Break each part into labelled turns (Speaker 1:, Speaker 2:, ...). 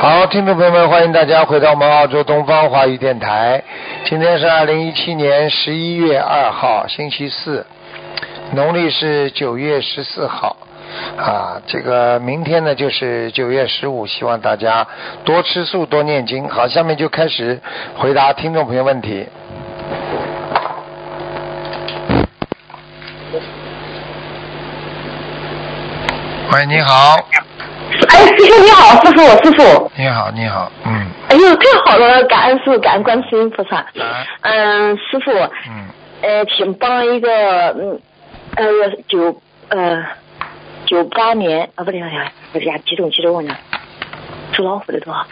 Speaker 1: 好，听众朋友们，欢迎大家回到我们澳洲东方华语电台。今天是二零一七年十一月二号，星期四，农历是九月十四号。啊，这个明天呢就是九月十五，希望大家多吃素，多念经。好，下面就开始回答听众朋友问题。喂，你好，
Speaker 2: 哎，师兄你好，师傅，师傅。
Speaker 1: 你好，你好，嗯，
Speaker 2: 哎呦，太好了，感恩师傅，感恩观世音菩萨。
Speaker 1: 啊
Speaker 2: 嗯，师傅，
Speaker 1: 嗯，
Speaker 2: 呃，请帮一个，嗯，呃，九呃九八年啊，不对不对不对呀，激动激动呢，属老虎的多少？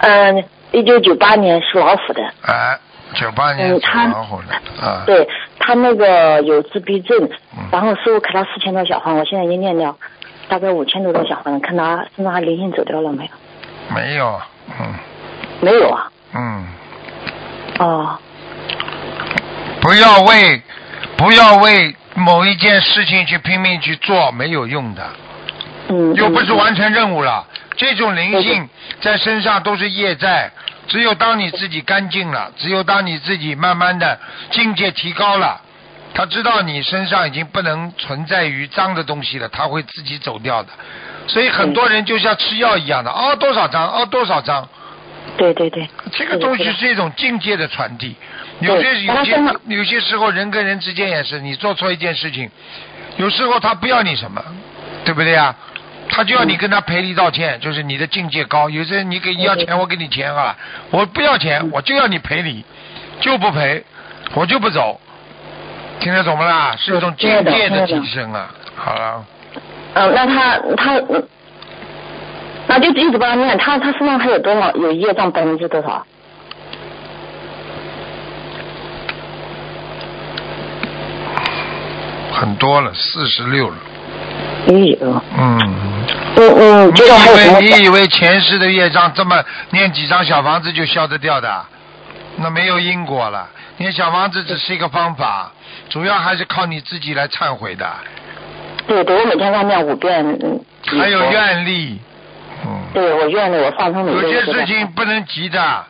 Speaker 2: 嗯，一九九八年属老虎的，
Speaker 1: 哎，九八年
Speaker 2: 嗯
Speaker 1: 属
Speaker 2: 他
Speaker 1: 老虎的，啊，
Speaker 2: 对他那个有自闭症
Speaker 1: 嗯，
Speaker 2: 然后师傅给他四千多小黄，我现在也念了大概五千多张小黄，看他身上还灵性走掉了没有？
Speaker 1: 没有，嗯
Speaker 2: 没有啊，
Speaker 1: 嗯，
Speaker 2: 哦。
Speaker 1: 不要为不要为某一件事情去拼命去做，没有用的，
Speaker 2: 嗯，
Speaker 1: 又不是
Speaker 2: 嗯
Speaker 1: 完成任务了。这种灵性在身上都是业债，只有当你自己干净了，只有当你自己慢慢的境界提高了，他知道你身上已经不能存在于脏的东西了，他会自己走掉的。所以很
Speaker 2: 嗯
Speaker 1: 多人就像吃药一样的，哦多少张，哦多少张，
Speaker 2: 对对对，
Speaker 1: 这个东西
Speaker 2: 对
Speaker 1: 是一种境界的传递，有些
Speaker 2: 对
Speaker 1: 有
Speaker 2: 他真
Speaker 1: 些
Speaker 2: 的
Speaker 1: 有些时候人跟人之间也是，你做错一件事情，有时候他不要你什么，对不对呀？他就要你跟他赔礼道歉，就是你的境界高。有些人你给你要
Speaker 2: 对对
Speaker 1: 钱，我给你钱啊，我不要钱，我就要你赔礼，就不赔，我就不走，听得懂不啦？是一种境
Speaker 2: 对的
Speaker 1: 界的
Speaker 2: 对的
Speaker 1: 提升啊。好了，
Speaker 2: 嗯，那他他，嗯那就一直帮他念，他他身上还有多少有业障百分之多少？
Speaker 1: 很多了，四十六了，
Speaker 2: 也有，
Speaker 1: 嗯。
Speaker 2: 嗯嗯，
Speaker 1: 你
Speaker 2: 觉得还有
Speaker 1: 以
Speaker 2: 什
Speaker 1: 为你
Speaker 2: 么？
Speaker 1: 以为前世的业障这么念几张小房子就消得掉的？那没有因果了。念小房子只是一个方法，主要还是靠你自己来忏悔的，
Speaker 2: 对对，我每天在念五遍，嗯，
Speaker 1: 还有
Speaker 2: 礼佛，
Speaker 1: 愿力。嗯，
Speaker 2: 嗯对我愿的我放生每
Speaker 1: 有
Speaker 2: 天
Speaker 1: 些
Speaker 2: 都在
Speaker 1: 事情不能急的，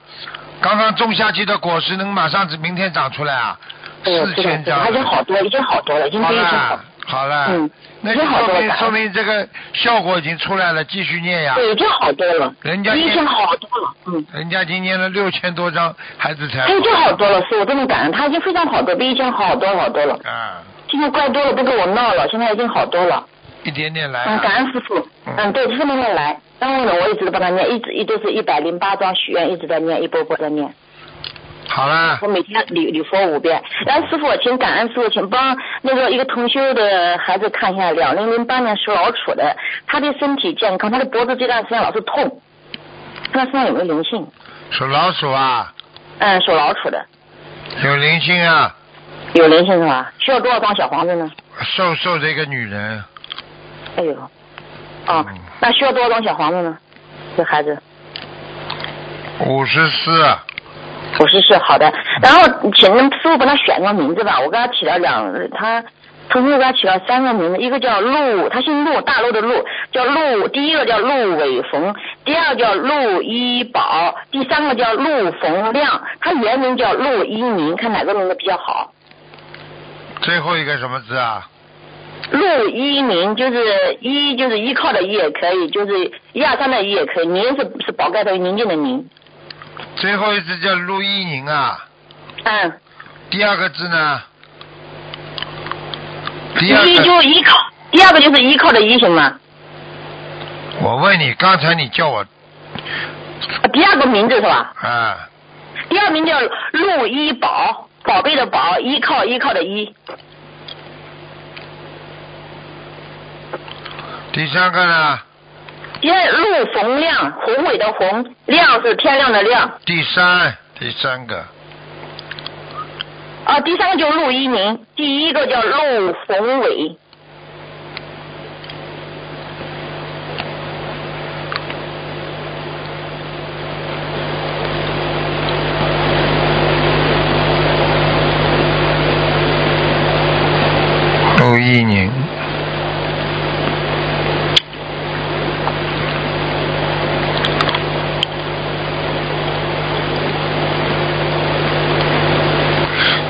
Speaker 1: 刚刚种下去的果实能马上明天长出来啊？
Speaker 2: 对，我
Speaker 1: 四
Speaker 2: 知道
Speaker 1: 千
Speaker 2: 知道，
Speaker 1: 张
Speaker 2: 他已。经好多，已经好多了，已经
Speaker 1: 好
Speaker 2: 比以前
Speaker 1: 了啊
Speaker 2: 好，，
Speaker 1: 好了
Speaker 2: 嗯，
Speaker 1: 那
Speaker 2: 已
Speaker 1: 就
Speaker 2: 经好
Speaker 1: 说
Speaker 2: 多了
Speaker 1: 明
Speaker 2: 感恩
Speaker 1: 说明这个效果已经出来了，继续念呀。
Speaker 2: 对，已经好多了，
Speaker 1: 啊人家
Speaker 2: 比以
Speaker 1: 念
Speaker 2: 前好多了，嗯。
Speaker 1: 人家已经念了六千多张，孩子才
Speaker 2: 他已经好多了，是我真的感恩，他已经非常好多，比以前好多好多了。
Speaker 1: 啊，
Speaker 2: 现在怪多了，不跟我闹了，现在已经好多了。
Speaker 1: 一点点来、
Speaker 2: 嗯，
Speaker 1: 啊。
Speaker 2: 感恩师傅。嗯，对，这么念来。然后呢，我一直都帮他念，一直一直是一百零八张许愿，一直在念，一波波在念。
Speaker 1: 好啦
Speaker 2: 我，每天礼礼佛五遍。然后师傅，请感恩师傅，请帮那个一个同修的孩子看一下，两零零八年属老鼠的，他的身体健康，他的脖子这段时间老是痛，看他身上有没有灵性。
Speaker 1: 属老鼠啊，
Speaker 2: 嗯，属老鼠的
Speaker 1: 有灵性啊，
Speaker 2: 有灵性是吧？需要多少张小房子呢？
Speaker 1: 瘦瘦的一个女人，
Speaker 2: 哎呦，哦
Speaker 1: 嗯，
Speaker 2: 那需要多少张小房子呢？这孩子。
Speaker 1: 五十四，
Speaker 2: 我是是好
Speaker 1: 嗯
Speaker 2: 的，然后请您师傅帮他选个名字吧，我给他起了两，他同学给他起了三个名字，一个叫陆，他姓陆，大陆的陆，叫陆，第一个叫陆伟冯，第二个叫陆一宝，第三个叫陆冯亮，他原名叫陆一鸣，看哪个名字比较好。
Speaker 1: 最后一个什么字啊？
Speaker 2: 陆一鸣就是一就是依靠的依也可以，就是一二三的一也可以，宁是是宝盖头宁静的宁，
Speaker 1: 最后一字叫陆一宁啊，
Speaker 2: 嗯，
Speaker 1: 第二个字呢？第二
Speaker 2: 一
Speaker 1: 个，
Speaker 2: 就是依靠，第二个就是依靠的依行啊吗？
Speaker 1: 我问你，刚才你叫我
Speaker 2: 啊第二个名字是吧？
Speaker 1: 啊，
Speaker 2: 第二名叫陆一宝，宝贝的宝，依靠依靠的依。
Speaker 1: 第三个呢？
Speaker 2: 第二陆冯亮，宏伟的宏，亮是天亮的亮。
Speaker 1: 第三，第三个，
Speaker 2: 啊，第三个就是陆一鸣，第一个叫陆冯伟。
Speaker 1: 陆一宁。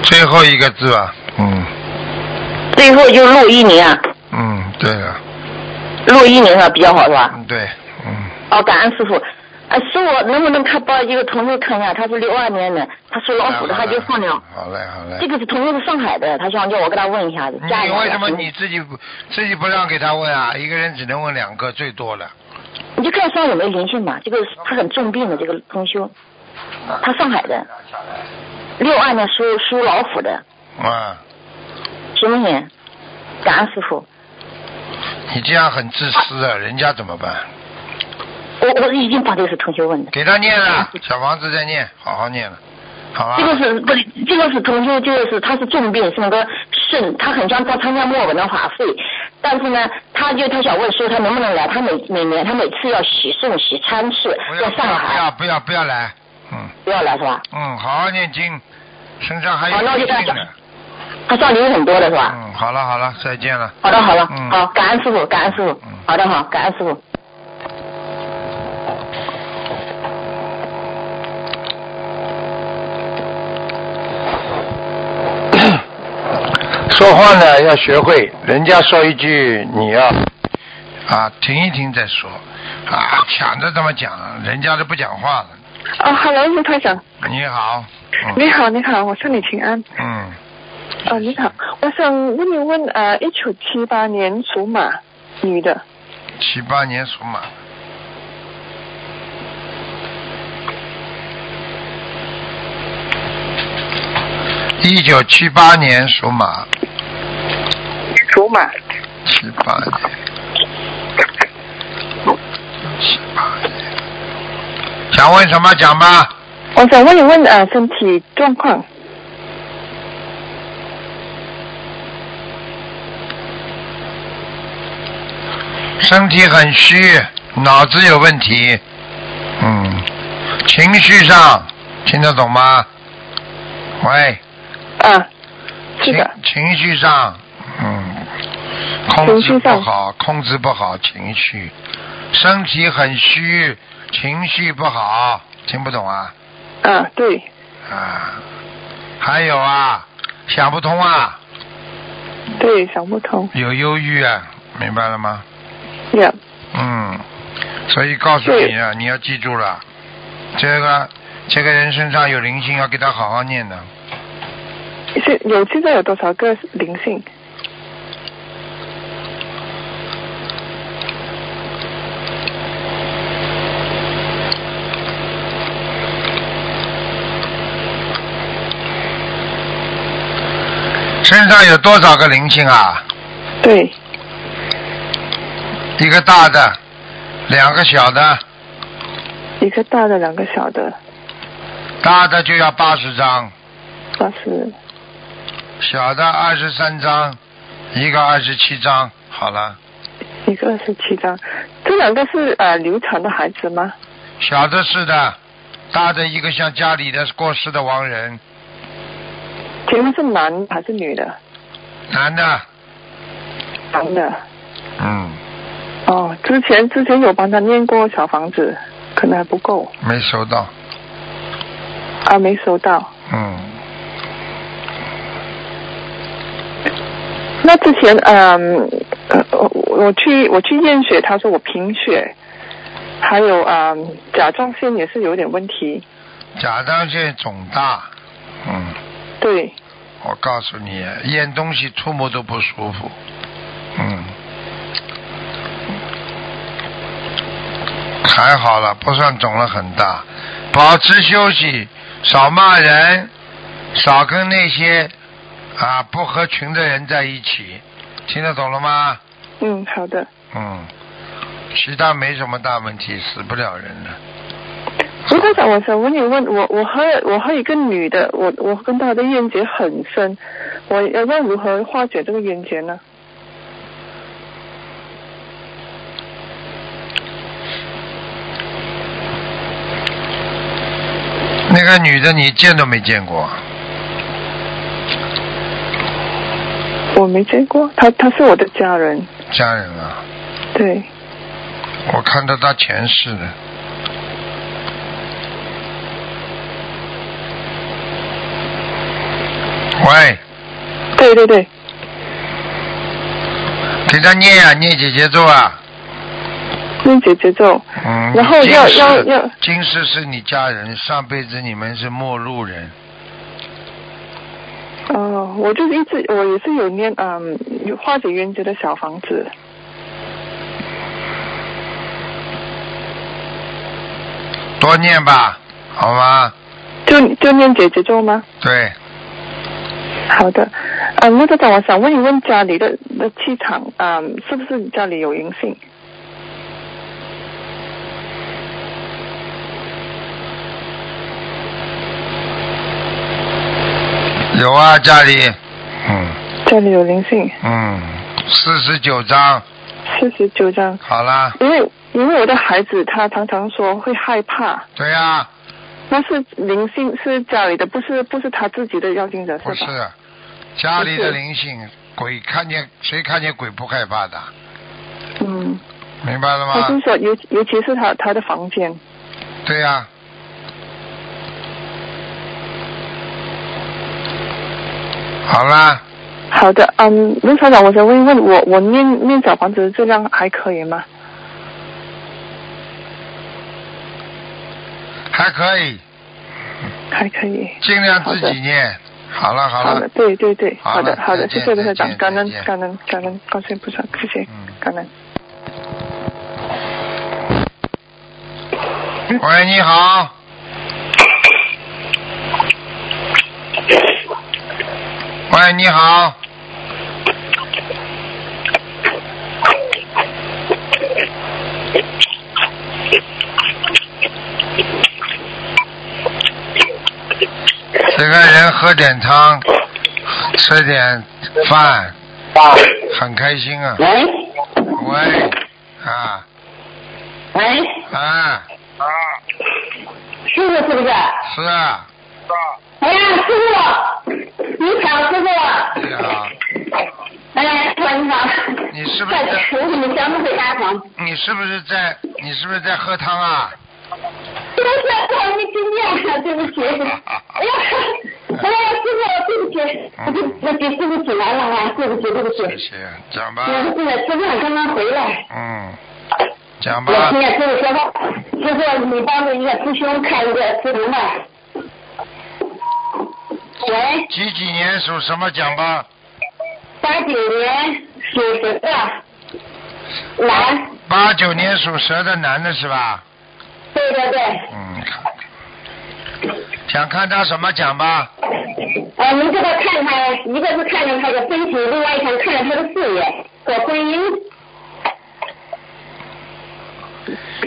Speaker 1: 最后一个字吧，嗯
Speaker 2: 最后就陆一宁啊，
Speaker 1: 嗯，对了，
Speaker 2: 陆一宁啊比较好是吧？
Speaker 1: 嗯对，嗯，
Speaker 2: 哦，感恩师傅。啊，师傅能不能看帮一个同学看一下？他是六二年的，他属老
Speaker 1: 好
Speaker 2: 虎
Speaker 1: 嘞
Speaker 2: 的，他就放了。
Speaker 1: 好嘞好嘞
Speaker 2: 这。个是同学是上海的，他想叫我给他问一下子。家啊嗯
Speaker 1: 你
Speaker 2: 里
Speaker 1: 哎为什么你自己不自己不让给他问啊？一个人只能问两个，最多了。
Speaker 2: 你就看上有没有灵性吧，这个他很重病的这个同修，他上海的，六二年属属老虎的，
Speaker 1: 啊，
Speaker 2: 行不行？感恩师傅，
Speaker 1: 你这样很自私啊，人家怎么办？
Speaker 2: 我我已经把这个是同学问的，
Speaker 1: 给他念了，小房子再念，好好念了，好吧
Speaker 2: 嗯
Speaker 1: 啊
Speaker 2: 这？个是不是这个是同修，这个是他是重病，是那个肾，他很想他参加墨尔本的法会，但是呢，他就他想问说他能不能来，他每每年他每次要洗肾洗三次
Speaker 1: 不，
Speaker 2: 在
Speaker 1: 要不
Speaker 2: 上啊
Speaker 1: 要不要
Speaker 2: 海
Speaker 1: 不要不要来，嗯
Speaker 2: 不要来是吧？
Speaker 1: 嗯，好好念经，身上还有
Speaker 2: 好那我就
Speaker 1: 灵
Speaker 2: 这样
Speaker 1: 性
Speaker 2: 讲
Speaker 1: 呢。
Speaker 2: 他上灵很多的是吧？
Speaker 1: 嗯，好了好了，再见了。
Speaker 2: 好的，好的，
Speaker 1: 嗯
Speaker 2: 好，感恩师傅，感恩师傅
Speaker 1: 嗯，
Speaker 2: 好的，好，感恩师傅。
Speaker 1: 说话呢要学会，人家说一句你要啊停一停再说，啊抢着这么讲，人家都不讲话了。
Speaker 3: 哦，Hello，卢台长，
Speaker 1: 你好，嗯
Speaker 3: 你好，你好，我向你请安。
Speaker 1: 嗯，
Speaker 3: 哦，你好，我想问一问，呃，一九七八年属马女的，
Speaker 1: 七八年属马，一九七八年属马，
Speaker 3: 属马，
Speaker 1: 七八年，七八年，想问什么讲吧？
Speaker 3: 我想问一问，呃，身体状况。
Speaker 1: 身体很虚，脑子有问题，嗯，情绪上听得懂吗？喂，
Speaker 3: 啊，是
Speaker 1: 情
Speaker 3: 的，
Speaker 1: 情绪上，嗯，控
Speaker 3: 情
Speaker 1: 制
Speaker 3: 绪
Speaker 1: 不
Speaker 3: 上
Speaker 1: 好，控制不好情绪，身体很虚，情绪不好，听不懂啊
Speaker 3: 啊，对，
Speaker 1: 啊，还有啊，想不通啊，
Speaker 3: 对，想不通，
Speaker 1: 有忧郁啊，明白了吗？
Speaker 3: 呀、
Speaker 1: 嗯，所以告诉你啊，你要记住了，这个这个人身上有灵性，要给他好好念的。
Speaker 3: 是有现在有多少个灵性？
Speaker 1: 身上有多少个灵性啊？
Speaker 3: 对，
Speaker 1: 一个大的，两个小的，
Speaker 3: 一个大的，两个小的，
Speaker 1: 大的就要八十张，
Speaker 3: 八十，
Speaker 1: 小的二十三张，一个二十七张，好了。
Speaker 3: 一个二十七张，这两个是呃流产的孩子吗？
Speaker 1: 小的是的，大的一个像家里的过世的亡人，
Speaker 3: 请问是男还是女的？
Speaker 1: 男的，
Speaker 3: 男的。
Speaker 1: 嗯，
Speaker 3: 哦，之前之前有帮他念过小房子，可能还不够
Speaker 1: 没收到，
Speaker 3: 啊，没收到。
Speaker 1: 嗯。
Speaker 3: 那之前嗯呃我我去我去验血，他说我贫血，还有啊、嗯甲状腺也是有点问题。
Speaker 1: 甲状腺肿大，嗯，
Speaker 3: 对，
Speaker 1: 我告诉你，咽东西吐沫都不舒服，嗯，还好了，不算肿了很大，保持休息，少骂人，少跟那些啊不合群的人在一起，听得懂了吗？
Speaker 3: 嗯，好的。
Speaker 1: 嗯，其他没什么大问题，死不了人的。
Speaker 3: 吴科长，我想问你问我，我和我和一个女的，我我跟她的冤结很深，我要要如何化解这个冤结呢？
Speaker 1: 那个女的你见都没见过，
Speaker 3: 我没见过，她她是我的家人，
Speaker 1: 家人啊。
Speaker 3: 对，
Speaker 1: 我看到他前世了。喂，
Speaker 3: 对对对，
Speaker 1: 给他念呀、念姐姐咒啊。
Speaker 3: 念姐姐咒，
Speaker 1: 嗯。
Speaker 3: 然后要要要
Speaker 1: 今世是你家人，上辈子你们是陌路人。
Speaker 3: 哦，我就一直我也是有念嗯有化解冤结的小房子，
Speaker 1: 多念吧，好吗？
Speaker 3: 就就念姐姐咒吗？
Speaker 1: 对，
Speaker 3: 好的，嗯，那队长，我想问一问家里的的气场，嗯，是不是家里有灵性？
Speaker 1: 有啊，家里，嗯
Speaker 3: 家里有灵性，
Speaker 1: 嗯，四十九章，
Speaker 3: 四十九张。
Speaker 1: 好啦，
Speaker 3: 因为因为我的孩子他常常说会害怕，
Speaker 1: 对啊呀、
Speaker 3: 那是灵性是家里的，不是不是他自己的要精者
Speaker 1: 不
Speaker 3: 吧？
Speaker 1: 是，家里的
Speaker 3: 不是
Speaker 1: 灵性，鬼看见谁看见鬼不害怕的，
Speaker 3: 嗯，
Speaker 1: 明白了
Speaker 3: 他是
Speaker 1: 吗？
Speaker 3: 说尤尤其是他他的房间，
Speaker 1: 对呀、好啦，
Speaker 3: 好的，嗯，陆厂长，我想问一问，我我念念小房子的质量还可以吗？
Speaker 1: 还可以，
Speaker 3: 还可以。
Speaker 1: 尽量自
Speaker 3: 好
Speaker 1: 己
Speaker 3: 的
Speaker 1: 念。好了好
Speaker 3: 好
Speaker 1: 了
Speaker 3: 的，，对对对，
Speaker 1: 好
Speaker 3: 好的
Speaker 1: 了
Speaker 3: 好的，
Speaker 1: 再
Speaker 3: 谢
Speaker 1: 见
Speaker 3: 谢陆
Speaker 1: 再
Speaker 3: 厂长，
Speaker 1: 见
Speaker 3: 感恩
Speaker 1: 再见
Speaker 3: 感恩感恩，高兴不少，谢谢
Speaker 1: 嗯，
Speaker 3: 感恩。
Speaker 1: 喂，你好。喂，你好。这个人喝点汤，吃点饭，
Speaker 4: 啊，
Speaker 1: 很开心啊。
Speaker 4: 喂
Speaker 1: 喂，啊
Speaker 4: 喂，
Speaker 1: 啊，
Speaker 4: 师傅是不是？
Speaker 1: 是啊，
Speaker 4: 哎呀，师傅，你好，师傅。
Speaker 1: 你好。
Speaker 4: 哎，师傅你好。
Speaker 1: 你是不是
Speaker 4: 在求你咱们回家房？
Speaker 1: 你是不是在？你是不是在喝汤啊？
Speaker 4: 不是，不好意思，念了，对不 起。哎呀，哎呀，师傅，对不起，我对不起，对不起，来了来，对不起，对不起。
Speaker 1: 嗯谢谢，讲吧，
Speaker 4: 嗯，是的，师傅刚刚回来。
Speaker 1: 嗯，讲
Speaker 4: 我
Speaker 1: 吧
Speaker 4: 听，见师傅说话，就是你帮着一个师兄看一个师徒吧。喂，
Speaker 1: 几几年属什么？讲吧，
Speaker 4: 八九年属蛇的，男，
Speaker 1: 八九年属蛇的男的是吧？
Speaker 4: 对对对，
Speaker 1: 嗯，看看想看他什么？讲吧，
Speaker 4: 呃，您这个看他，一个是看看他的身体，另外一看看看他的事业和婚姻。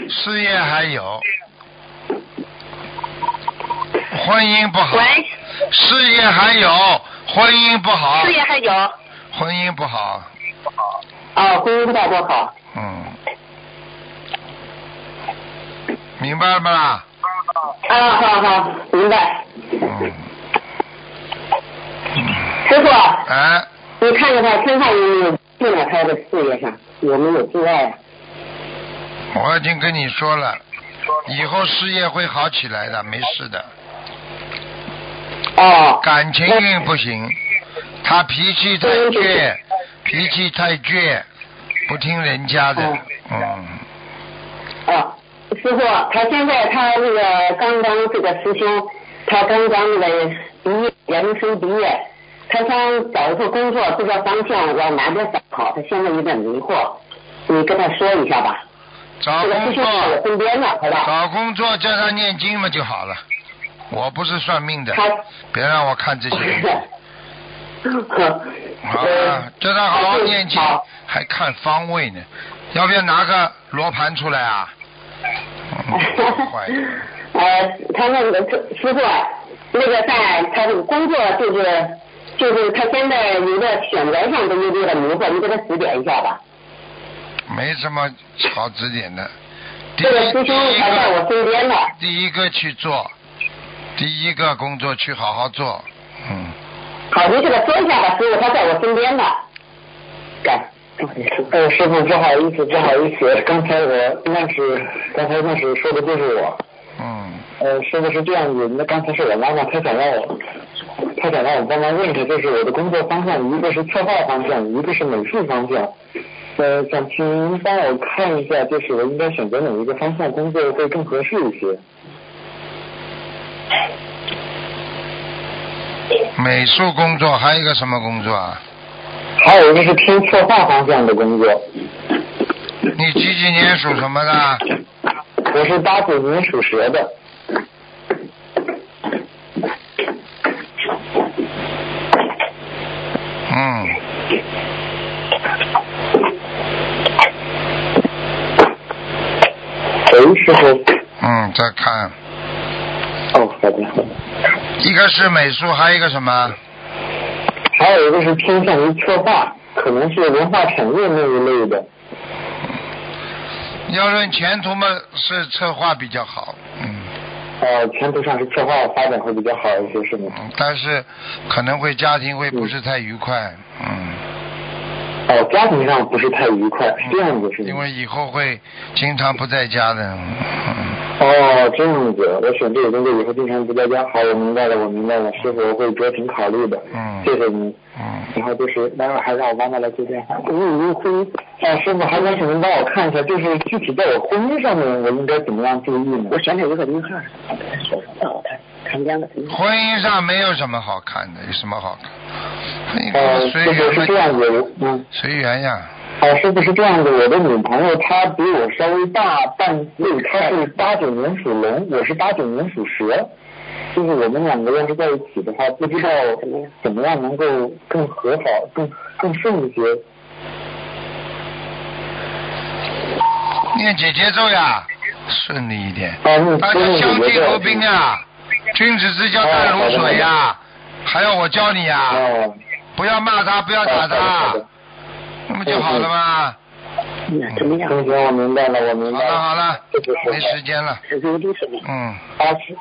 Speaker 1: 事业还有，婚姻不好，
Speaker 4: 喂，
Speaker 1: 事业还有，婚姻不好
Speaker 4: 事，业还有？
Speaker 1: 婚姻不好，
Speaker 4: 哦，婚姻倒不好。
Speaker 1: 嗯，明白了吧？
Speaker 4: 啊，好好，明白。
Speaker 1: 嗯，
Speaker 4: 师傅，
Speaker 1: 哎，
Speaker 4: 你看看他身上有没有病啊？他的事业上有没有阻碍啊？
Speaker 1: 我已经跟你说了，以后事业会好起来的，没事的。
Speaker 4: 哦，
Speaker 1: 感情运不行，他脾气太倔，脾气太倔，不听人家的，嗯，
Speaker 4: 哦，师傅，他现在他那个刚刚这个师兄，他刚刚那个毕业研究生毕业，他想找一份工作，不知道方向往哪边找，他现在有点迷惑，你跟他说一下吧。
Speaker 1: 找
Speaker 4: 这个师
Speaker 1: 工
Speaker 4: 兄在我
Speaker 1: 作，
Speaker 4: 身边呢，好吧？
Speaker 1: 找工作叫他念经嘛就好了。我不是算命的
Speaker 4: 他，
Speaker 1: 别让我看这些东西。 好
Speaker 4: 呃
Speaker 1: 了，，叫他好好念经
Speaker 4: 好，
Speaker 1: 还看方位呢。要不要拿个罗盘出来啊？ 嗯坏人
Speaker 4: 呃，他那个师傅啊，那个在他这个工作就是就是他现在有点选择上都有点迷惑，你给他指点一下吧。
Speaker 1: 没什么好指点的。第一
Speaker 4: 这个师
Speaker 1: 第
Speaker 4: 兄
Speaker 1: 一
Speaker 4: 还在
Speaker 1: 个
Speaker 4: 我身边呢。
Speaker 1: 第一个去做，第一个工作去好好做。嗯，
Speaker 4: 好，您给他说一下吧，师傅，他在我身边呢。干。
Speaker 5: 哎，师傅，不好意思，不好意思，刚才我那是刚才那是说的就是我，
Speaker 1: 嗯，
Speaker 5: 呃，说的是这样子，那刚才是我妈妈，她想让我，
Speaker 4: 他想让我帮忙问他，就是我的工作方向，一个是策划方向，一个是美术方向。呃，想请您帮我看一下，就是我应该选择哪一个方向工作会更合适一些？
Speaker 1: 美术工作还有一个什么工作啊？
Speaker 4: 还有一个是偏策划方向的工作。
Speaker 1: 你几几年属什么的？
Speaker 4: 我是八九年属蛇的，
Speaker 1: 嗯，
Speaker 4: 喂，师傅。
Speaker 1: 嗯，再看，
Speaker 4: 哦，好的好的。
Speaker 1: 一个是美术，还有一个什么？
Speaker 4: 还有一个是偏向于策划，可能是文化产业那一类的。
Speaker 1: 要论前途嘛，是策划比较好，嗯，
Speaker 4: 呃，前途上是策划发展会比较好一些，是吗？
Speaker 1: 嗯但是可能会家庭会不是太愉快，嗯。
Speaker 4: 哦，家庭上不是太愉快，是这样子是
Speaker 1: 因
Speaker 4: 吗？
Speaker 1: 为以后会经常不在家的，嗯，
Speaker 4: 哦，这样子，我选这个工作以后经常不在家，好，我明白了，我明白了，师傅，我会酌情考虑的，
Speaker 1: 嗯
Speaker 4: 谢谢您。
Speaker 1: 嗯
Speaker 4: 然后就是，待会儿还让我妈妈来接电话。我已经婚姻，啊，师傅还想请您帮我看一下，就是具体在我婚姻上面，我应该怎么样注意呢？我选了一个零号，看两个
Speaker 1: 婚姻上没有什么好看的，有什么好看？婚姻
Speaker 4: 呃，
Speaker 1: 就是随
Speaker 4: 师傅
Speaker 1: 缘
Speaker 4: 是这
Speaker 1: 嘛，
Speaker 4: 样子，嗯，
Speaker 1: 随缘呀，
Speaker 4: 啊，师傅是这样子，我的女朋友她比我稍微大半岁，她是八九年属龙，我是八九年属蛇，就是我们两个要是在一起的话，不知道怎么样能够更和好、更更顺一些。
Speaker 1: 念姐姐咒呀，顺利一点。
Speaker 4: 啊，那
Speaker 1: 大家
Speaker 4: 师傅
Speaker 1: 相
Speaker 4: 你觉
Speaker 1: 敬如
Speaker 4: 得？
Speaker 1: 宾啊，君子之交
Speaker 4: 啊
Speaker 1: 淡如水呀、还要我教你呀、
Speaker 4: 哦，
Speaker 1: 不要骂他，不要打
Speaker 4: 好
Speaker 1: 他
Speaker 4: 嗯的好的，
Speaker 1: 那么就好了嘛。
Speaker 2: 怎嗯么样？
Speaker 4: 行行，我明白了，我明
Speaker 1: 好
Speaker 4: 白
Speaker 1: 了好
Speaker 4: 了。
Speaker 1: 了
Speaker 4: 谢谢师，傅
Speaker 1: 没时间了，
Speaker 2: 有点什么？
Speaker 1: 嗯，
Speaker 4: 啊，师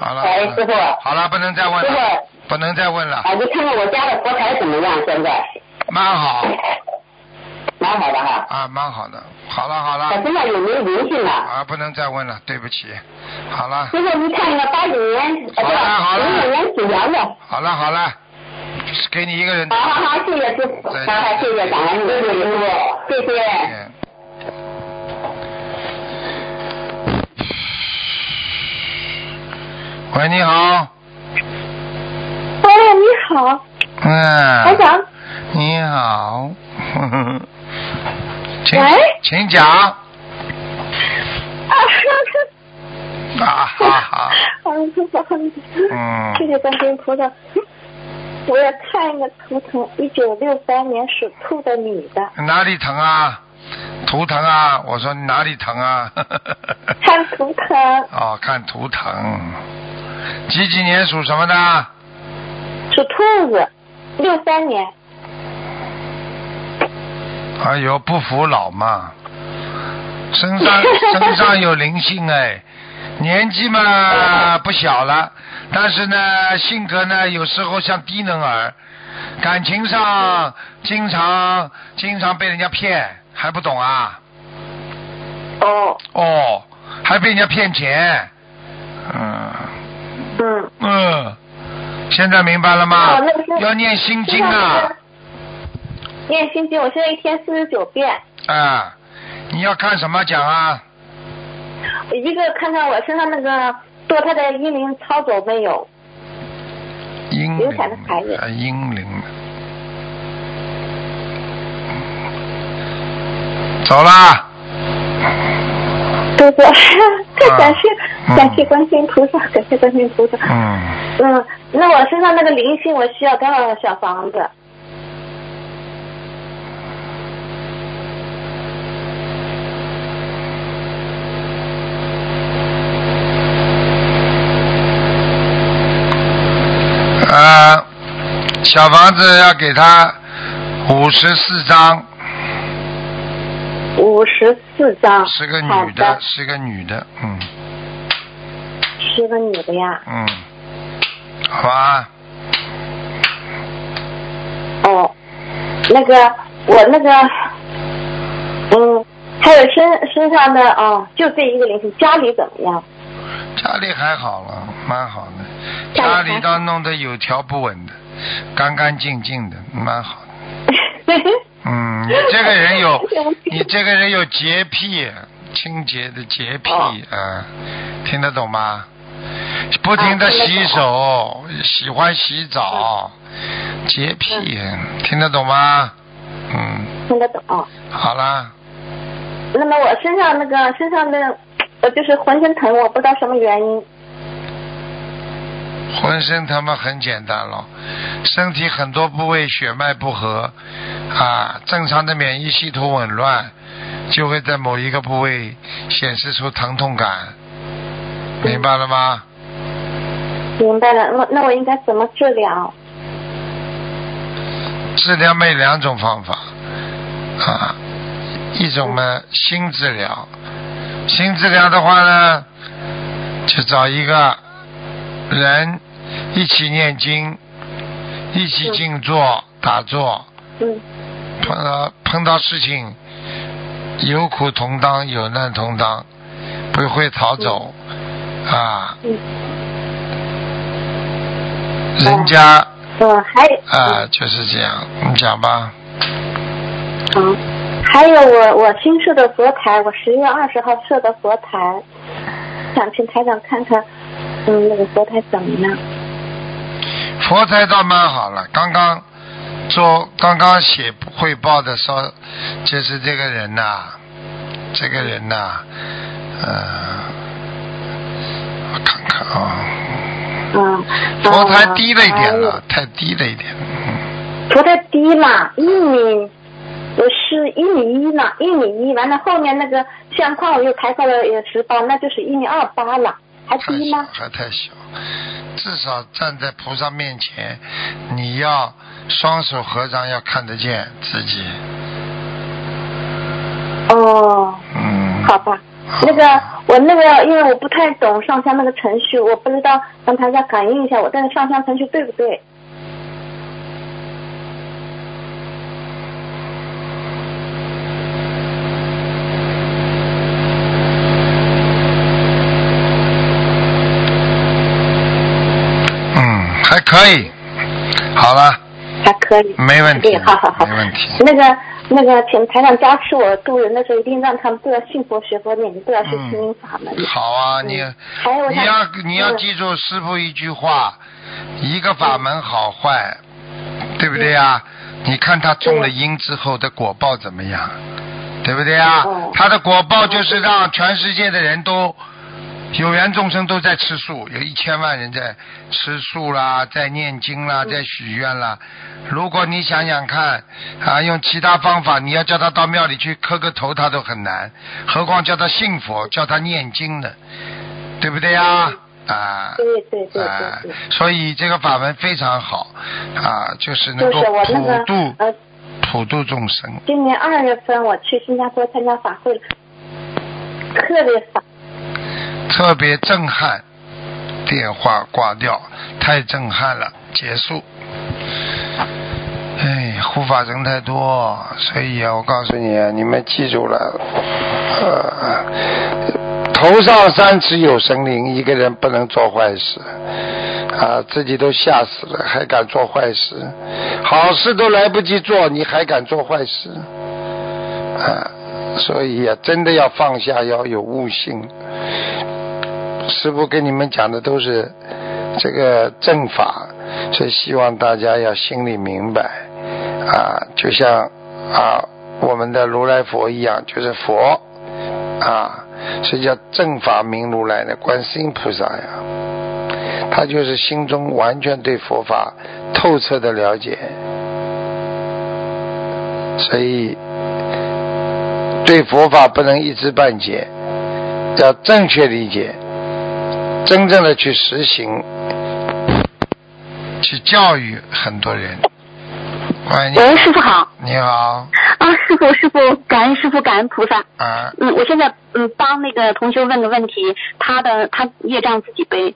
Speaker 1: 好了，
Speaker 2: 哎师傅
Speaker 1: 好了，不能再问了，不能再问了，
Speaker 2: 啊，就看看我家的佛台怎么样，现在
Speaker 1: 蛮好
Speaker 2: 蛮好的哈。
Speaker 1: 啊，蛮好的，好了好
Speaker 4: 啊
Speaker 2: 我
Speaker 1: 了，
Speaker 2: 身上有没有灵性啊？
Speaker 1: 啊，不能再问了，对不起，好了
Speaker 2: 师傅，您看一个八九年，
Speaker 1: 好了好
Speaker 2: 啊，
Speaker 1: 了
Speaker 2: 不是零五年属羊的。
Speaker 1: 好了好了，给你一个人
Speaker 2: 好好好，谢谢师傅，
Speaker 1: 再见
Speaker 2: 好好谢谢感恩谢谢师傅，谢谢。
Speaker 1: 见。喂，你好。
Speaker 6: 哎，你好，
Speaker 1: 嗯。
Speaker 6: 台长。
Speaker 1: 你好。 请
Speaker 6: 喂
Speaker 1: 请讲。
Speaker 6: 啊，
Speaker 1: 啊 哈哈。
Speaker 6: 好意思，不好意思。
Speaker 1: 嗯
Speaker 6: 谢谢观世音菩萨。我要看一个图腾，一九六三年属兔的女 的，
Speaker 1: 哪里疼啊？图疼啊！我说你哪里疼啊？
Speaker 6: 看图腾
Speaker 1: 哦，看图腾。几几年属什么的？
Speaker 6: 属兔子，六三年。
Speaker 1: 哎呦，不服老嘛，身 上身上有灵性哎，年纪嘛不小了，但是呢，性格呢有时候像低能儿，感情上经常经常被人家骗，还不懂啊？
Speaker 6: 哦，
Speaker 1: 哦，还被人家骗钱，嗯
Speaker 6: 嗯，
Speaker 1: 嗯，现在明白了吗
Speaker 6: 哦那是？
Speaker 1: 要念心经啊。
Speaker 6: 念心经，我现在一天四十九遍，
Speaker 1: 啊，你要看什么讲啊？
Speaker 6: 一个看看我身上那个堕胎的阴灵抄走没有？
Speaker 1: 英
Speaker 6: 流
Speaker 1: 灵
Speaker 6: 产的孩子
Speaker 1: 啊，英灵。走啦，
Speaker 6: 对 对，
Speaker 1: 啊
Speaker 6: 感谢、
Speaker 1: 嗯
Speaker 6: 感谢观世音菩萨，感谢观世音菩萨。
Speaker 1: 嗯，
Speaker 6: 嗯，那我身上那个灵性，我需要多少小房子？
Speaker 1: 呃，小房子要给他五十四张，
Speaker 6: 五十四张。
Speaker 1: 是个
Speaker 6: 好
Speaker 1: 女
Speaker 6: 的
Speaker 1: 的，。是个女的，嗯
Speaker 6: 是个女的呀。
Speaker 1: 嗯，好吧，
Speaker 6: 哦，那个我那个，嗯，还有身身上的哦，就这一个灵性，家里怎么样？
Speaker 1: 家里还好了，蛮好的，家里倒弄得有条不紊的，干干净净的，蛮好的。嗯，你这个人有，你这个人有洁癖，清洁的洁癖啊、听得懂吗？不停的洗手，喜欢洗澡，洁癖，听得懂吗？嗯，
Speaker 6: 听得懂。哦
Speaker 1: 好啦，
Speaker 6: 那么我身上那个身上的，我就是浑身疼，我不知道什么原因。
Speaker 1: 浑身他妈很简单了，身体很多部位血脉不和啊，正常的免疫系统紊乱，就会在某一个部位显示出疼痛感，明白了吗？
Speaker 6: 明白了，那那我应该怎么治疗？
Speaker 1: 治疗没两种方法啊，一种嘛新治疗，新治疗的话呢，就找一个人一起念经，一起静坐打坐，
Speaker 6: 嗯
Speaker 1: 碰到碰到事情有苦同当，有难同当，不会逃走啊。
Speaker 6: 嗯
Speaker 1: 人家
Speaker 6: 嗯，还有
Speaker 1: 啊就是这样，你讲吧。
Speaker 6: 嗯，还有我我新设的佛台，我十月二十号设的佛台，想请台长看看，嗯，那个佛台怎么样？
Speaker 1: 佛台倒蛮好了，刚刚做刚刚写汇报的时候，就是这个人呐、这个人呐、呃，我看看啊、
Speaker 6: 嗯，
Speaker 1: 佛台低了一点
Speaker 6: 还有
Speaker 1: 了，太低了一点，
Speaker 6: 头太低嘛，一米，我是一米一呢，一米一，完了后面那个相框我又抬高了有十八，那就是一米二八了，还
Speaker 1: 太
Speaker 6: 低
Speaker 1: 小
Speaker 6: 吗？
Speaker 1: 还太小，至少站在菩萨面前，你要双手合掌要看得见自己，
Speaker 6: 哦，
Speaker 1: 嗯，
Speaker 6: 好吧
Speaker 1: 好。
Speaker 6: 那个我那个，因为我不太懂上香那个程序，我不知道让台下感应一下我这个上香程序对不对？
Speaker 1: 嗯，还可以，好了，
Speaker 6: 还可以。
Speaker 1: 没问题
Speaker 6: 对，，哎好好好。
Speaker 1: 没问题。
Speaker 6: 那个那个，请台长加持我渡人的时候，一定让他们都要信佛学佛，念经都要学心灵法门。
Speaker 1: 好啊，
Speaker 6: 嗯
Speaker 1: 你
Speaker 6: 还有我
Speaker 1: 你
Speaker 6: 想
Speaker 1: 要你要
Speaker 6: 嗯
Speaker 1: 记住师傅一句话，一个法
Speaker 6: 嗯
Speaker 1: 门好坏，对不对啊？你看他种了
Speaker 6: 对
Speaker 1: 因之后的果报怎么样，对不对啊
Speaker 6: 哦？
Speaker 1: 他的果报就是让全世界的人都。有缘众生都在吃素，有一千万人在吃素啦，在念经啦，
Speaker 6: 嗯
Speaker 1: 在许愿啦。如果你想想看，啊，用其他方法，你要叫他到庙里去磕个头，他都很难，何况叫他信佛，
Speaker 6: 嗯
Speaker 1: 叫他念经呢，对不对呀？啊。
Speaker 6: 嗯对对对对
Speaker 1: 啊
Speaker 6: 对。，
Speaker 1: 所以这个法门非常好，啊，就是能
Speaker 6: 就是
Speaker 1: 够
Speaker 6: 我那
Speaker 1: 普
Speaker 6: 个
Speaker 1: 度
Speaker 6: 呃，
Speaker 1: 普度众生。
Speaker 6: 今年二月份我去新加坡参加法会，特别法，
Speaker 1: 特别震撼，电话挂掉，太震撼了，结束。哎，护法人太多，所以啊，我告诉你，你们记住了，呃，头上三尺有神灵，一个人不能做坏事，啊，自己都吓死了，还敢做坏事，好事都来不及做，你还敢做坏事，啊，所以呀、真的要放下，要有悟性。师傅跟你们讲的都是这个正法，所以希望大家要心里明白啊，就像啊我们的如来佛一样，就是佛啊，所以叫正法明如来的观世音菩萨呀，他就是心中完全对佛法透彻的了解，所以对佛法不能一知半解，要正确理解。真正的去实行，去教育很多人。喂，你
Speaker 7: 喂，师傅好
Speaker 1: 你好，
Speaker 7: 啊，师傅师傅，感恩师傅，感恩菩萨。
Speaker 1: 啊，
Speaker 7: 嗯，我现在嗯帮那个同学问个问题，他的他业障自己背。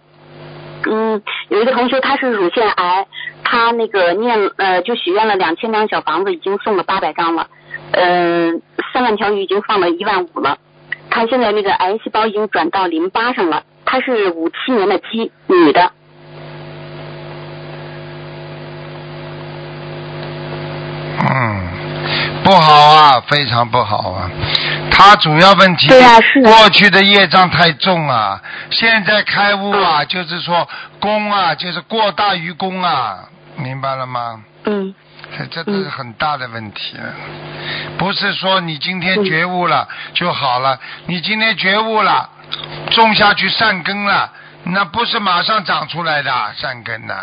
Speaker 7: 嗯，有一个同学他是乳腺癌，他那个念呃就许愿了两千张小房子，已经送了八百张了，嗯、三万条鱼已经放了一万五了，他现在那个癌细胞已经转到淋巴上了，她是五七年的鸡，女的，
Speaker 1: 嗯非常不好啊。他主要问题，
Speaker 7: 对呀是啊的
Speaker 1: 过去的业障太重啊，现在开悟啊，就是说功啊，就是过大于功啊，明白了吗？
Speaker 7: 嗯
Speaker 1: 这这都是很大的问题了，不是说你今
Speaker 7: 嗯
Speaker 1: 天觉悟了就好了，你今天觉悟了，种下去善根了，那不是马上长出来的啊善根呐、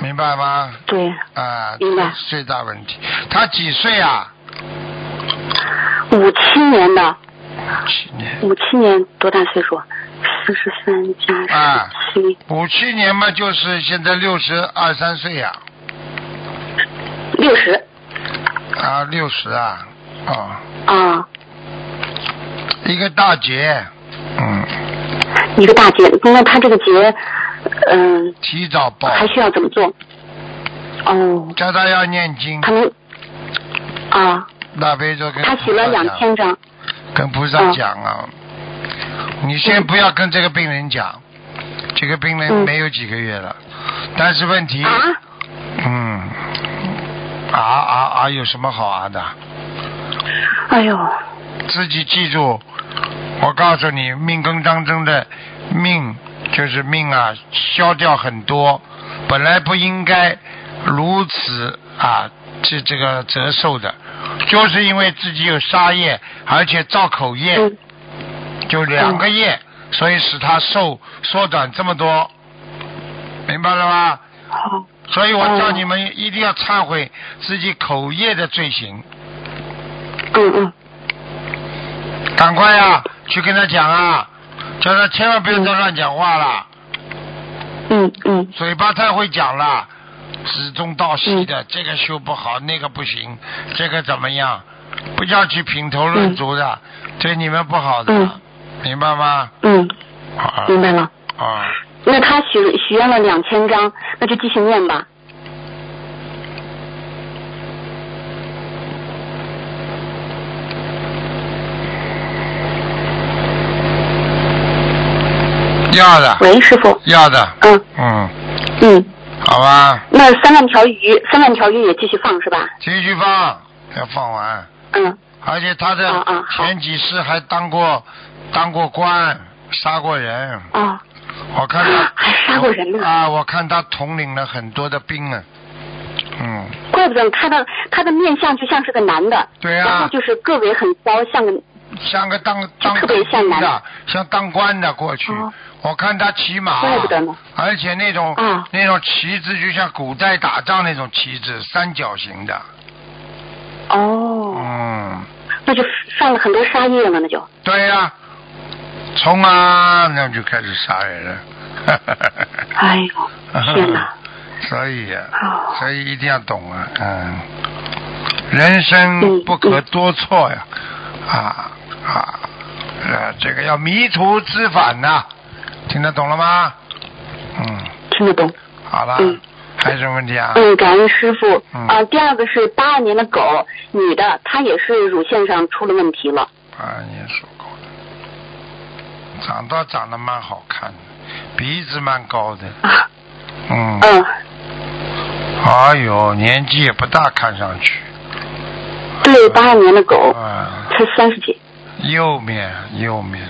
Speaker 1: 明白吗？
Speaker 7: 对，
Speaker 1: 啊，
Speaker 7: 明白
Speaker 1: 这是最大问题。他几岁啊？
Speaker 7: 五七年的，
Speaker 1: 七年，
Speaker 7: 五七年多大岁数？啊四十三加
Speaker 1: 啊
Speaker 7: 十七，
Speaker 1: 五七年嘛，就是现在六十二三岁呀、
Speaker 7: 六十
Speaker 1: 啊，六十啊，哦，
Speaker 7: 啊，
Speaker 1: 一个大劫，嗯，
Speaker 7: 一个大劫。那他这个劫，嗯、
Speaker 1: 提早报，
Speaker 7: 还需要怎么做？哦，
Speaker 1: 叫他要念经。
Speaker 7: 他能啊，
Speaker 1: 大悲咒跟
Speaker 7: 他
Speaker 1: 菩
Speaker 7: 写了
Speaker 1: 萨
Speaker 7: 两
Speaker 1: 讲
Speaker 7: 千张，
Speaker 1: 跟菩萨讲啊，
Speaker 7: 嗯
Speaker 1: 你先不要跟这个病人讲，这个病人
Speaker 7: 嗯
Speaker 1: 没有几个月了，但是问题，
Speaker 7: 啊，
Speaker 1: 嗯，啊啊啊，有什么好啊的？
Speaker 7: 哎呦，
Speaker 1: 自己记住，我告诉你，命根当中的命就是命啊，消掉很多，本来不应该如此啊，这这个折寿的，就是因为自己有杀业，而且造口业，
Speaker 7: 嗯
Speaker 1: 就两个业，所以使他寿缩短这么多，明白了吗？
Speaker 7: 好，
Speaker 1: 所以我叫你们一定要忏悔自己口业的罪行，
Speaker 7: 嗯嗯，
Speaker 1: 赶快呀、去跟他讲啊，叫他千万不要再乱讲话了，
Speaker 7: 嗯嗯
Speaker 1: 嘴巴太会讲了，始终到西
Speaker 7: 嗯
Speaker 1: 的，这个修不好，那个不行，这个怎么样？不要去品头论足的，对你们不好的，
Speaker 7: 嗯
Speaker 1: 明白吗？
Speaker 7: 嗯，
Speaker 1: 啊
Speaker 7: 明白了。
Speaker 1: 啊，
Speaker 7: 那他许许愿了两千张，那就继续念吧。
Speaker 1: 要的，
Speaker 7: 喂，师傅，
Speaker 1: 要的，
Speaker 7: 嗯
Speaker 1: 嗯，
Speaker 7: 嗯，
Speaker 1: 好吧。
Speaker 7: 那三万条鱼，三万条鱼也继续放是吧？
Speaker 1: 继续放，要放完。
Speaker 7: 嗯，
Speaker 1: 而且他
Speaker 7: 啊
Speaker 1: 的
Speaker 7: 啊好
Speaker 1: 前几世还当过当过官，杀过人。
Speaker 7: 啊、
Speaker 1: 我看他
Speaker 7: 还哎杀过人呢
Speaker 1: 啊！我看他统领了很多的兵啊。嗯，
Speaker 7: 怪不得他的他的面相就像是个男的，
Speaker 1: 对
Speaker 7: 然
Speaker 1: 啊
Speaker 7: 后，就是个尾很高，像个
Speaker 1: 像个当当
Speaker 7: 特别像
Speaker 1: 兵的
Speaker 7: 男，
Speaker 1: 像当官的过去。
Speaker 7: 哦
Speaker 1: 我看他骑马啊
Speaker 7: 怪不得呢，
Speaker 1: 而且那种、
Speaker 7: 啊
Speaker 1: 那种旗帜就像古代打仗那种旗帜，三角形的。
Speaker 7: 哦，
Speaker 1: 嗯。
Speaker 7: 那就犯了很多杀业了，那就
Speaker 1: 对呀、冲啊，那就开始杀人了。啊
Speaker 7: 哎呦天哪！
Speaker 1: 所以呀、
Speaker 7: 哦
Speaker 1: 所以一定要懂啊，嗯，人生
Speaker 7: 嗯
Speaker 1: 不可多错呀、啊啊，呃，这个要迷途知返呐、听得懂了吗？嗯，
Speaker 7: 听得懂。
Speaker 1: 好了，
Speaker 7: 嗯
Speaker 1: 还有什么问题啊？
Speaker 7: 嗯，感恩师傅。
Speaker 1: 嗯
Speaker 7: 啊，第二个是八二年的狗，女的，她也是乳腺上出了问题了。
Speaker 1: 啊，你也说过了，长倒长得蛮好看的，鼻子蛮高的，
Speaker 7: 啊，
Speaker 1: 嗯。
Speaker 7: 嗯，
Speaker 1: 哎呦，年纪也不大，看上去。
Speaker 7: 对，八二年的狗，
Speaker 1: 啊，
Speaker 7: 才三十几。
Speaker 1: 右面，右面。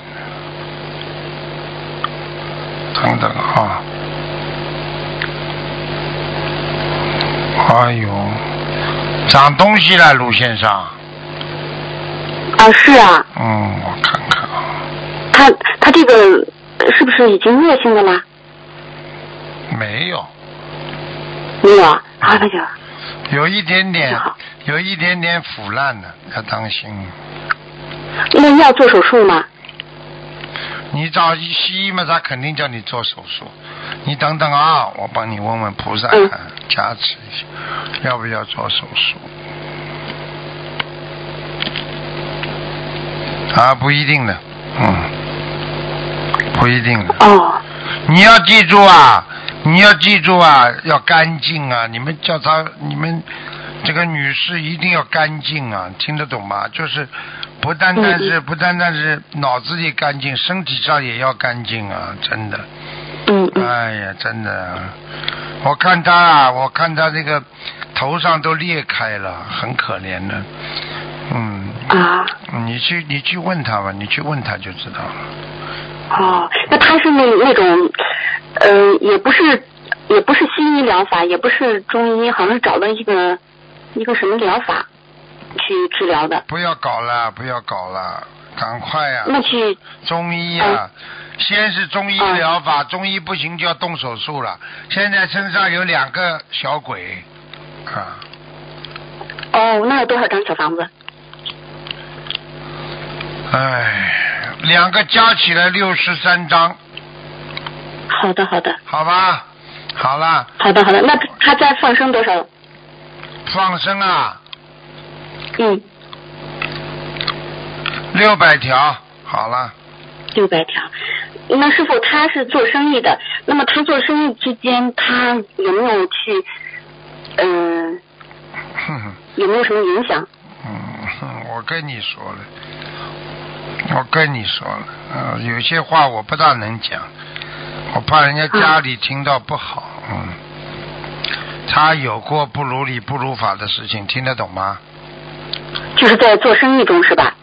Speaker 1: 等等啊。哎呦，长东西了，乳腺上。
Speaker 7: 啊，是啊，
Speaker 1: 嗯，我看看啊，
Speaker 7: 她她这个呃是不是已经恶性的啦？
Speaker 1: 没有，
Speaker 7: 没有啊，啊，那就
Speaker 1: 有一点点
Speaker 7: 那就好，
Speaker 1: 有一点点腐烂的，要当心。
Speaker 7: 那要做手术吗？
Speaker 1: 你找西医嘛，他肯定叫你做手术。你等等啊，我帮你问问菩萨看、
Speaker 7: 嗯
Speaker 1: 加持一下，要不要做手术？啊，不一定的，嗯，不一定的。
Speaker 7: 哦，
Speaker 1: 你要记住啊，你要记住啊，要干净啊！你们叫她，你们这个女士一定要干净啊，听得懂吗？就是不单单
Speaker 7: 嗯
Speaker 1: 是、不单单是脑子里干净，身体上也要干净啊！真的，
Speaker 7: 嗯嗯，
Speaker 1: 哎呀，真的啊，我看她啊，我看她这个头上都裂开了，很可怜的。
Speaker 7: 啊，
Speaker 1: 你去你去问他吧，你去问他就知道了。
Speaker 7: 哦，那他是那那种，呃，也不是也不是西医疗法，也不是中医，好像是找了一个一个什么疗法去治疗的。
Speaker 1: 不要搞了，不要搞了，赶快呀、
Speaker 7: 那去
Speaker 1: 中医呀、先是中医疗法，中医不行就要动手术了。现在身上有两个小鬼，啊，
Speaker 7: 哦，那要多少张小房子？
Speaker 1: 唉，哎两个加起来六十三张，
Speaker 7: 好的，好的，
Speaker 1: 好吧？好了，
Speaker 7: 好的，好的。那他再放生多少？
Speaker 1: 放生啊，
Speaker 7: 嗯，
Speaker 1: 六百条，好了。
Speaker 7: 六百条。那师傅他是做生意的，那么他做生意之间，他有没有去，嗯、
Speaker 1: 哼哼
Speaker 7: 有没有什么影响？
Speaker 1: 嗯，哼我跟你说了，我跟你说了，呃，有些话我不大能讲，我怕人家
Speaker 7: 啊
Speaker 1: 家里听到不好。嗯，他有过不如理、不如法的事情，听得懂吗？
Speaker 7: 就是在做生意中是吧？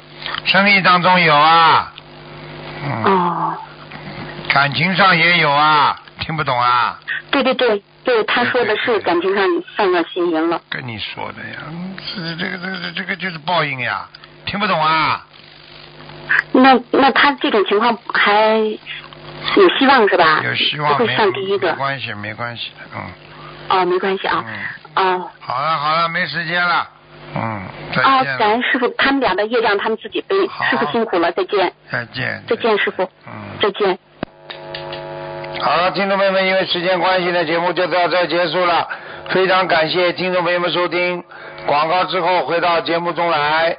Speaker 1: 生意当中有啊，嗯，
Speaker 7: 哦，
Speaker 1: 感情上也有啊，听不懂啊？
Speaker 7: 对对对对，他说的是感情上犯了心淫了。
Speaker 1: 跟你说的呀，嗯这这个这个这个就是报应呀，听不懂啊？
Speaker 7: 那那他这种情况还有希望是吧？
Speaker 1: 有希望
Speaker 7: 不
Speaker 1: 没
Speaker 7: 会上第一
Speaker 1: 没
Speaker 7: 个
Speaker 1: 关系，没关系的，嗯。
Speaker 7: 哦，没关系啊。哦
Speaker 1: 好了好了，没时间了。嗯，再
Speaker 7: 哦，
Speaker 1: 见
Speaker 7: 感
Speaker 1: 了，
Speaker 7: 恩师傅，他们俩的业障他们自己背。
Speaker 1: 好啊
Speaker 7: 师傅辛苦了，再见，
Speaker 1: 再见，
Speaker 7: 再见，师傅，
Speaker 1: 嗯，
Speaker 7: 再见。
Speaker 1: 好了，听众朋友们，因为时间关系呢，节目就到这儿结束了。非常感谢听众朋友们收听，广告之后回到节目中来。